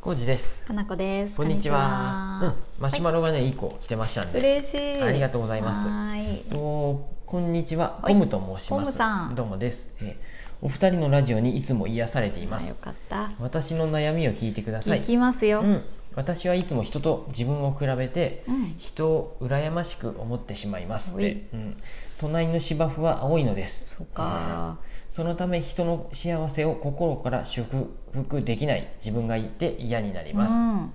コウジです。かなこです。こんにちは。こんうにん、マシュマロがね、一個来てましたんちはで。嬉しい。ありがとうございますはーい。とこんにちは、はコいムと申します。コムさんどうもです。えーお二人のラジオにいつも癒されていまあ、すよ。かった。私の悩みを聞いてください。聞きますよ。う。ん、私はいつも人と自分を比べてうん人を羨ましく思ってしまいますっおてい、うん、隣の芝生は青いのですそうか。そのため人の幸せを心から祝福できない自分がいて嫌になります、うん。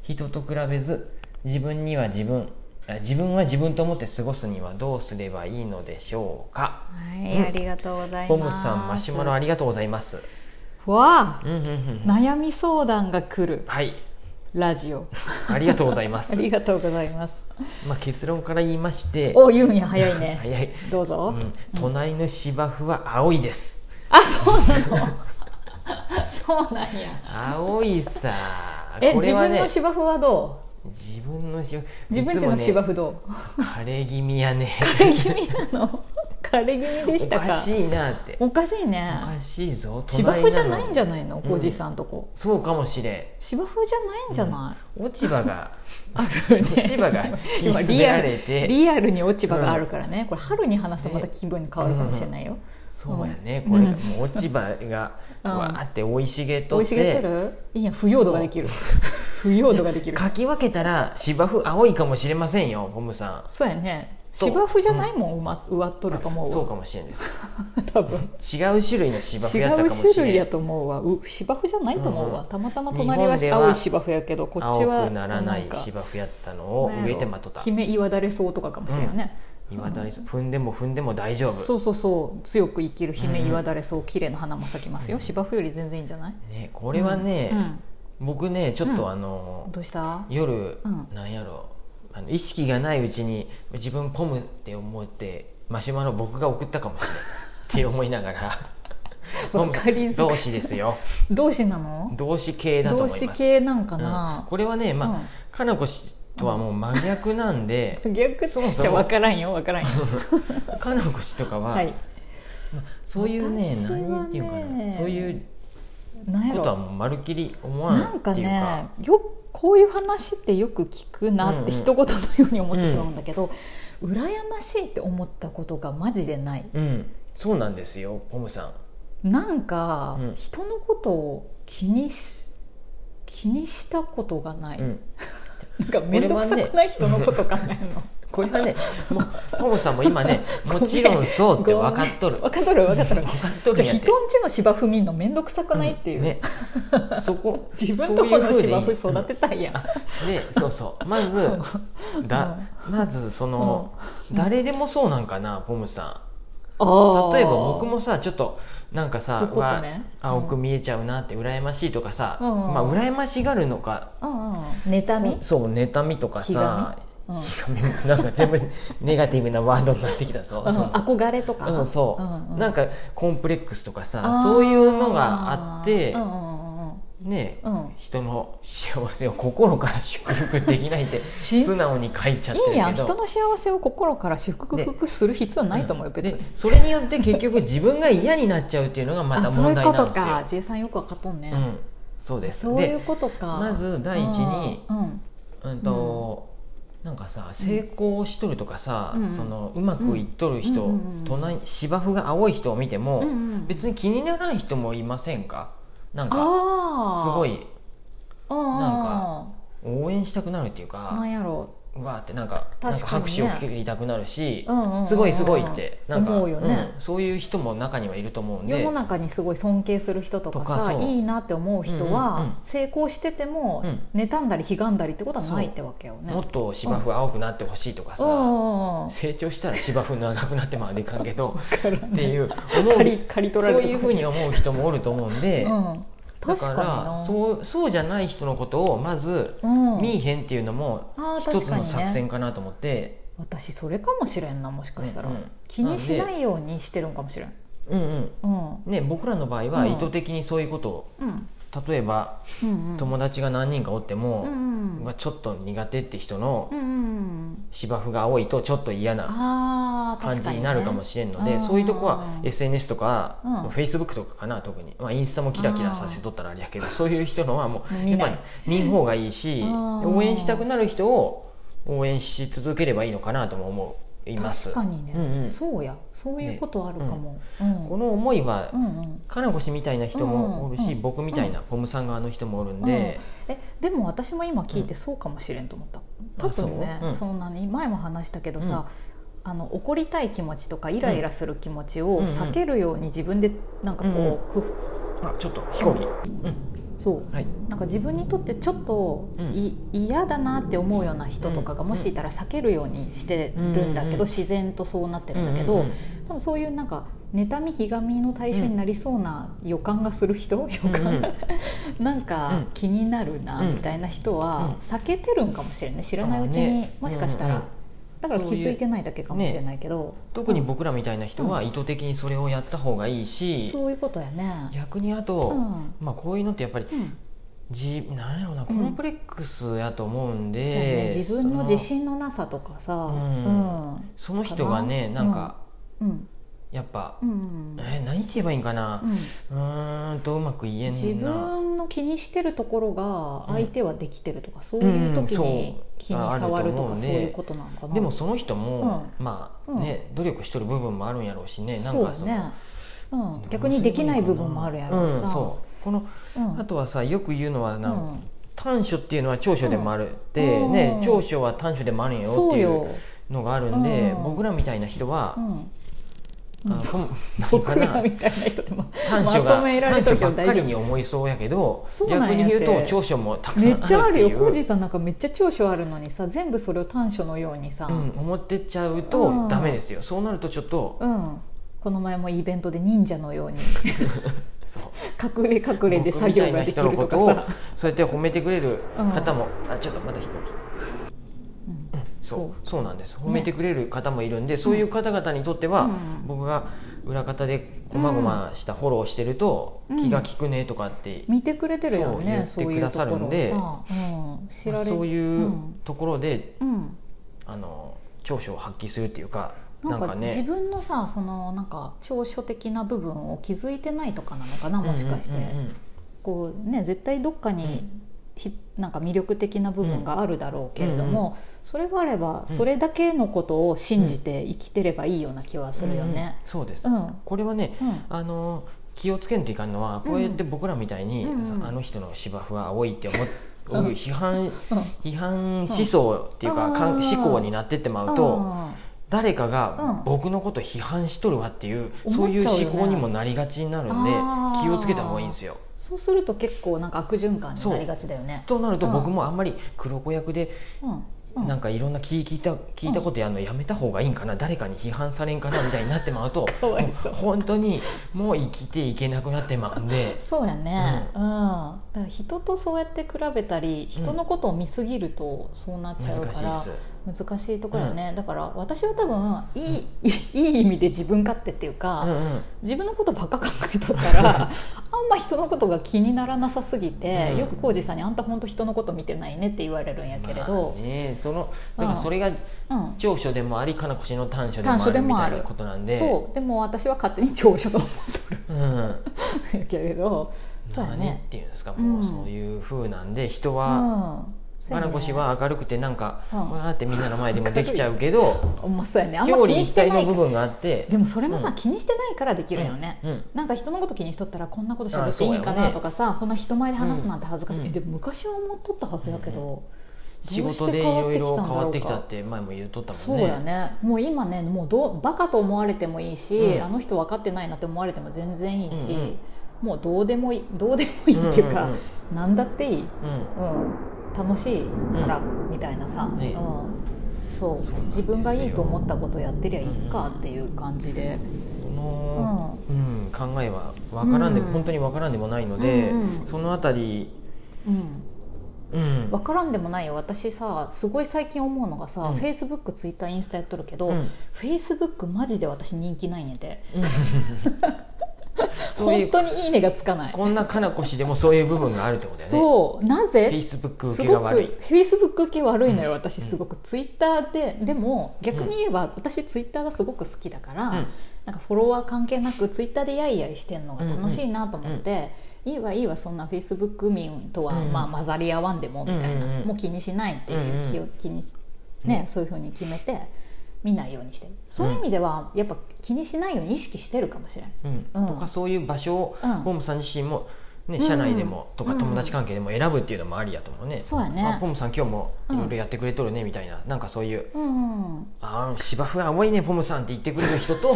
人と比べず自分には自分あ自分は自分と思って過ごすにはどうすればいいのでしょうかはい、うんありがとうございます。ポムさんマシュマロありがとうございますわあ、うんうんうん悩み相談が来る はいラジ オ。ありがとうございま あすりがとうございます。まあ結論から言いましてお、言うんや早いね。早い、どううぞ。ん、隣の芝生は青いですあ、そうなの。 そうなんや。青いさえ、こ自れは分ねの芝生はど自分の芝う？自分家の芝生生どう？いつ もね枯れ気味やね枯れ気味なの？枯れ気味でしおたか？かしいなっておかしいねおかしいぞ芝生じゃないんじゃいないのうんおじさんとこ、そうかもしれ芝生じゃないんじゃない、ん落ち葉 があるね落ち葉が引き今詰めリアらルれてリアルに落ち葉があるからね、これ春に話すとまた気分変わるかもしれないよ、そうやねうんこれうんもう落ち葉が うんわーって生い茂っ美と味っしげっててるいいやん不要度ができる不要度ができるかき分けたら芝生青いかもしれませんよゴムさそうやねそう芝生じゃないもん、うま植わっとると思んうそうわかもしれんです多分違う種類の芝生違やったうかもしれ種ん類やと思うわう芝生じゃないと思うわ、うんたまたま隣は日本では青い芝生やけどこっちは青くならないんか芝生やったのを植えてまとった姫岩だれ草とかかもしれないね、岩だれ踏んでも踏んでも大丈夫そうそうそう強く生きるうん姫岩だれ草綺麗な花も咲きますよ、うん芝生より全然いいんじゃないねこれはねうん僕ねちょっうんとあのどうした夜、うんなんやろあの意識がないうちに自分ポムって思ってマシュマロ僕が送ったかもしれ ないって思いながらポわムかりづら動い詞ですよ同志なの動詞系だと思同います志系なんかうんな、これはねまあ、うんかなこ氏とはもう真逆なんで逆そうそうじゃあ分からんよ分からんよかなこ氏とかは、はいそういうね私はね何っていうかなそういうなんやことはろもうまるっきり思わなないんってかいうかねよこういう話ってよく聞くなうっんうんて一言のように思ってしまうんだけど、羨ましいって思ったことがマジでないうんそうなんですよポムさんなんか、うん人のことを気にし気にしたことがない、うんなんか面倒くさくない人のこと考え るの、これはね、もう、ポムさんも今 ね、もちろんそうって分かっとる。分かっとる分かっ とる分かっとるじんゃあや人てんちの芝生見んの面倒くさくないっていう、んね、そこ、自分とこの芝生そういう育てたいやん風でいい。で、そうそう。まず、 だ、まず、その、誰でもそうなんかな、ポムさん。例えば僕もさ、ちょっと、なんかそういさう、ことわね青く見えちゃうなって、羨ましいとかさ、うんうんまあ、羨ましがるのか、妬み、そう、妬みとかさ、ひがみうんひがみも なんか全部ネガティブなワードになってきたぞ。うんその憧れとか、うん、そう、んうんなんかコンプレックスとかさあーそういうのがあって、うんうんうんうんね、うん人の幸せを心から祝福できないって し素直に書いちゃってるけどいいやん人の幸せを心から祝福する必要ないと思うようん別にでそれによって結局自分が嫌になっちゃうっていうのがまたあそうい問う題こなんとですよか J さんよくわかっとんね、うん、そうですそういうで、ことかまず第一にうんうんうんとなんかさ成功しとるとかさ、うんそのうまくいっとる人、うんうんうんうん隣芝生が青い人を見ても、うんうん別に気にならん人もいませんかなんかあすーごいあ応援したくなるっていうーなんかやろうわーってなんかなんか確かに拍手ねを切りたくなるし、うんうんうんうんすごいすごいってなんか思うよねうんそういう人も中にはいると思うん世での中にすごい尊敬する人とかとかさそういいなって思う人は、うんうんうん成功してても、妬んだりひがんだりってことはないってわけよね。もっと芝生青くなってほしいとかさ、うんうんうん成長したら芝生長くなってまあでいかんけどからねって いう思う借り借り取らそうれていうふうに思う人もおると思うんで、うん、だ確かかにらなそうそうじゃない人のことをまずうん見いへんっていうのもあー一つの確か作にね戦かなと思って、私それかもしれんなもしかしたら、うんうん気にしないようにしてるんかもしれん。うんうんうんね、僕らの場合は意図的にそういうことをうん例えばうんうん友達が何人かおっても、うんまあ、ちょっと苦手って人のうんうん芝生が青いとちょっと嫌なあー感確じかにになるかもししれんのうで、んそういうとこはうん SNS とか、うんもう Facebook とかかな特に、まあ、インスタもキラキラさせとったらあれやけどそういう人のはももうう見やっなぱいり見ん方がいいしうん応援したくなる人を応援し続ければいいのかなとも思います。確かにね、うんうんそうやそういうことあるかも、うんこの思いはうんうんかなこ氏みたいな人もおるし、うんうん僕みたいなポムさん側の人もおるんで、えでも私も今聞いてそうかもしれんと思った、多分ねあそそ,、ううんんなに前も話したけどさ、あの怒りたい気持ちとかイライラする気持ちを避けるように自分でなんかこう、工夫あちょっと飛行機、うんそうはいなんか自分にとってちょっとうんい嫌、だなって思うような人とかがうんもしいたら避けるようにしてるんだけど、うんうん自然とそうなってるんだけど、うんうんうん多分そういうなんか妬みひがみの対象になりそうな予感がする人、予うんう感んがなんか気になるなうんみたいな人はうん避けてるんかもしれない知らないうちあーにねもしかしたうんうらんだからそう気いうづいてないだけかもしれないけど特に僕らみたいな人は意図的にそれをやった方がいいし、そういうことやね。逆にあうと、んまあ、こういうのってやっぱりうんじなんやろうなコンプレックスやと思うんで、そうね、自分のそ自信のなさとかさ、うんその人がねかななんかうんやっぱ、うんえー何て言えばいいんかなうんうーんとうまく言えんな自分の気にしてるところがうん相手はできてるとか、そういう時に気に触るとあか、ると思うねそういうことなのかなでもその人も、まあうんね、努力しとる部分もあるんやろうしねなんそうかだそのね、うん、逆にできない部分もあるやろうさ、んそうこのうんあとはさよく言うのはな、うん短所っていうのは長所でもあるって、うんねうん長所は短所でもあるんよっそてういよう、のがあるんで、うん僕らみたいな人はう、ん、あのこん なんか僕ならみたいな人でも短所がまとめられ短所とけばばっ大か丈り夫に思いそうやけどそうなんや逆に言うっとて長所もたくさめっんち ゃああるっるてよいコージうーさんなんかめっちゃ長所あるのにさ全部それを短所のようにさ、うん、思ってっちゃううとんダメですよ、そうなるとちょっとうんこの前もイベントで忍者のように そう隠れ隠れで作業ができると僕かみたいな人のさこ、をそうやって褒めてくれる方も、あちょっとまた飛行機、ううんんそうそうそうなんです褒めてくれる方もいるんで、そういう方々にとっては、うん僕が裏方でこまごましたフォローしてると、うん気が利くねとかって見てくれてるよねそそうう言いっうてとくださこるろんをでさ、うん、知られそうういうんところで、うんあの長所を発揮するっていうかななんんかかね自分のさそのなんか長所的な部分を気づいてないとかなのかなもしかして、うんうんうんうんこうね絶対どっかに、ひなんか魅力的な部分があるだろうけれどうんも、それがあればうんそれだけのことを信じて生きてればいいような気はするよね。うんそうです、うん、うんこれはねあの気をつけんといかんのはこうやって僕らみたいに、うんうんあの人の芝生は青いって思っうん批判うん批判思想っていうか、うんかんあー思考になってってまうと、誰かが僕のこと批判しとるわっていう、うんそういう思っちゃうよ思考ねにもなりがちになるんで、あー気をつけた方がいいんですよ。そうすると結構なんか悪循環になりがちだよね。となるとうん僕もあんまり黒子役でうんうんなんかいろんな聞いた聞いたことやるのやめた方がいいんかな誰かに批判されんかなみたいになってまうとかわいそうもう本当にもう生きていけなくなってまうんでそうやね、ううんだから人とそうやって比べたり人のことを見すぎるとそうなっ ちゃう難かしいらです。難しいところよね、だから私は多分いい,、いい意味で自分勝手っていうか、うんうん自分のことばっか考えとったら あんま人のことが気にならなさすぎて、うんよく浩二さんに「あんた本当人のこと見てないね」って言われるんやけれどま、あね、そのだからうんそれがうん長所でもありかなこしの短所でも短所あでるみもあたいるなことなんでそうでも私は勝手に長所と思う、ん、 うんやけれどそうや何っね。ていうんですかもううんそういう風なんで人うは、んそうかやなねこしは明るくてなんか、うんわーってみんなの前でもできちゃうけどほんまそうやね あんま表気裏に一して体なのい部分があってでもそれもさ、うん気にしてないからできるよね、うんなんか人のこと気にしとったらこんなこと喋っていいんかあそうやよなねとかさ、こんな人前で話すなんて恥ずかしい、うんえでも昔は思っとったはずやけど、仕どうして事でいろいろ変わってき変たわっって前も言っとったもそんうねやねもう今ねもうどうバカと思われてもいいし、うんあの人分かってないなって思われても全然いいし、うんうんもうどうでもいいどうでもいいっていうか、んんなんだっていい、うんうん、楽しいから、みたいなさ、ねうん、そうそうなんですよ自分がいいと思ったことやってりゃいいかっていう感じで。この、うん考えは分からんで、うん本当に分からんでもないので、うんうんそのあたり、うんうん分からんでもないよ私さすごい最近思うのがさ、うん Facebook、Twitter、インス タやっとるけど、うん Facebook マジで私人気ないねんてそうい本う当にいいねがつかないこんなかなこしでもそういう部分があるってことだよねそうなフェイぜスブック受すけがごくフ悪いェイスブック系悪いのよ、うん私すごくツイッターででも逆に言えば、私ツイッターがすごく好きだから、うんなんかフォロワー関係なくツイッターでやいやいしてるのが楽しいなと思って、いいわいいわそんなフェイスブック民とは、うんうんまあ、混ざり合わんでもみたいな、うんうんうんもう気にしないっていう気うをんうん気に、ねそういうふうに決めて見ないようにしてるそういう意味ではやっぱ気にしないように意識してるかもしれない。うんうんとかそういう場所をうんポムさん自身も、ね、うん社内でもとかうん友達関係でも選ぶっていうのもありやと思うね、そうやねあポムさん今日もいろいろやってくれとるねみたいな、なんかそういううん 「ああ芝生青いねポムさん」って言ってくれる人 と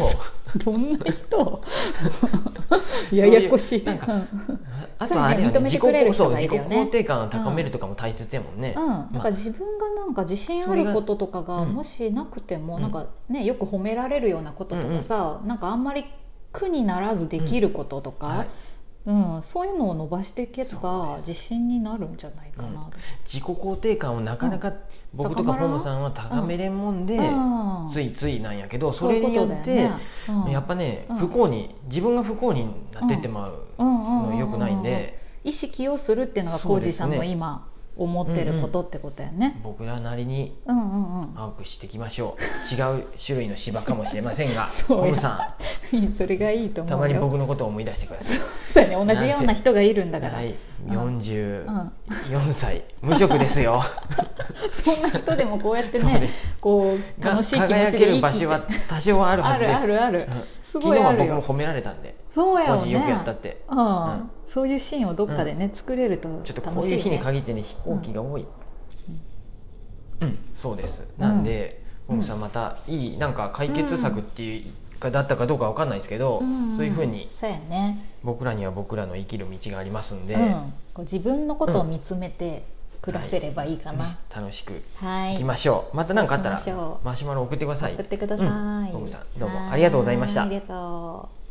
どんな人う ややこしいなんかうんあとはあれよそうね認め自て己肯くれる定人そうがい自己るよね肯定感を高めるとかも大切やもんね、うん、なんまかあ自分がなんか自信あることとかそがれがうんもしなくても、うんなんかねよく褒められるようなこととかさ、なんかあんまり苦にならずできることとはかい、うんそういうのを伸ばしていけそうばです自信になるんじゃないかなと、自己肯定感をなかなか僕とか高まらポんムさんは高めれんもんで、うんついついなんやけどそそうれいうこによとっだよてねうんやっぱね、うん不幸に自分が不幸になってってまううんうんうんうんのよくないんで、意識をするっていうのがそう浩で二すさねんも今思ってることってことやね。僕らなりにうんうんうん、青くしていきましょう違う種類の芝かもしれませんが そうやボムさいい それがいいとん思うたよ。まに僕のことを思い出してください そうやね同じような人がいるんだからは。いうん44歳無職ですよ そんな人でもこうやってそうねで、すこうが楽しい気持輝けちでるい場所は多少はあるはあずでるすあるあるう。んす昨ごい日あはる僕もよ。褒められたんでそうや個ろ人ね。よくやったって、ううんん、そういうシーンをどっかでね、作れると楽ちしいょっね。とこういう日に限ってね飛行機が多いうん、そうですなんで、うんボムさんまたいいなんか解決策っていうかだったかどうかわかんないですけど、んそういうふうにそうやね。僕らには僕らの生きる道がありますんで、うん、こう自分のことを見つめて暮らせればいいかな。楽しくはいい。きましょうまた何かあったらそうしましょうマシュマロ送ってください送ってください。うんボムさんどうもありがとうございましたはいありがとう。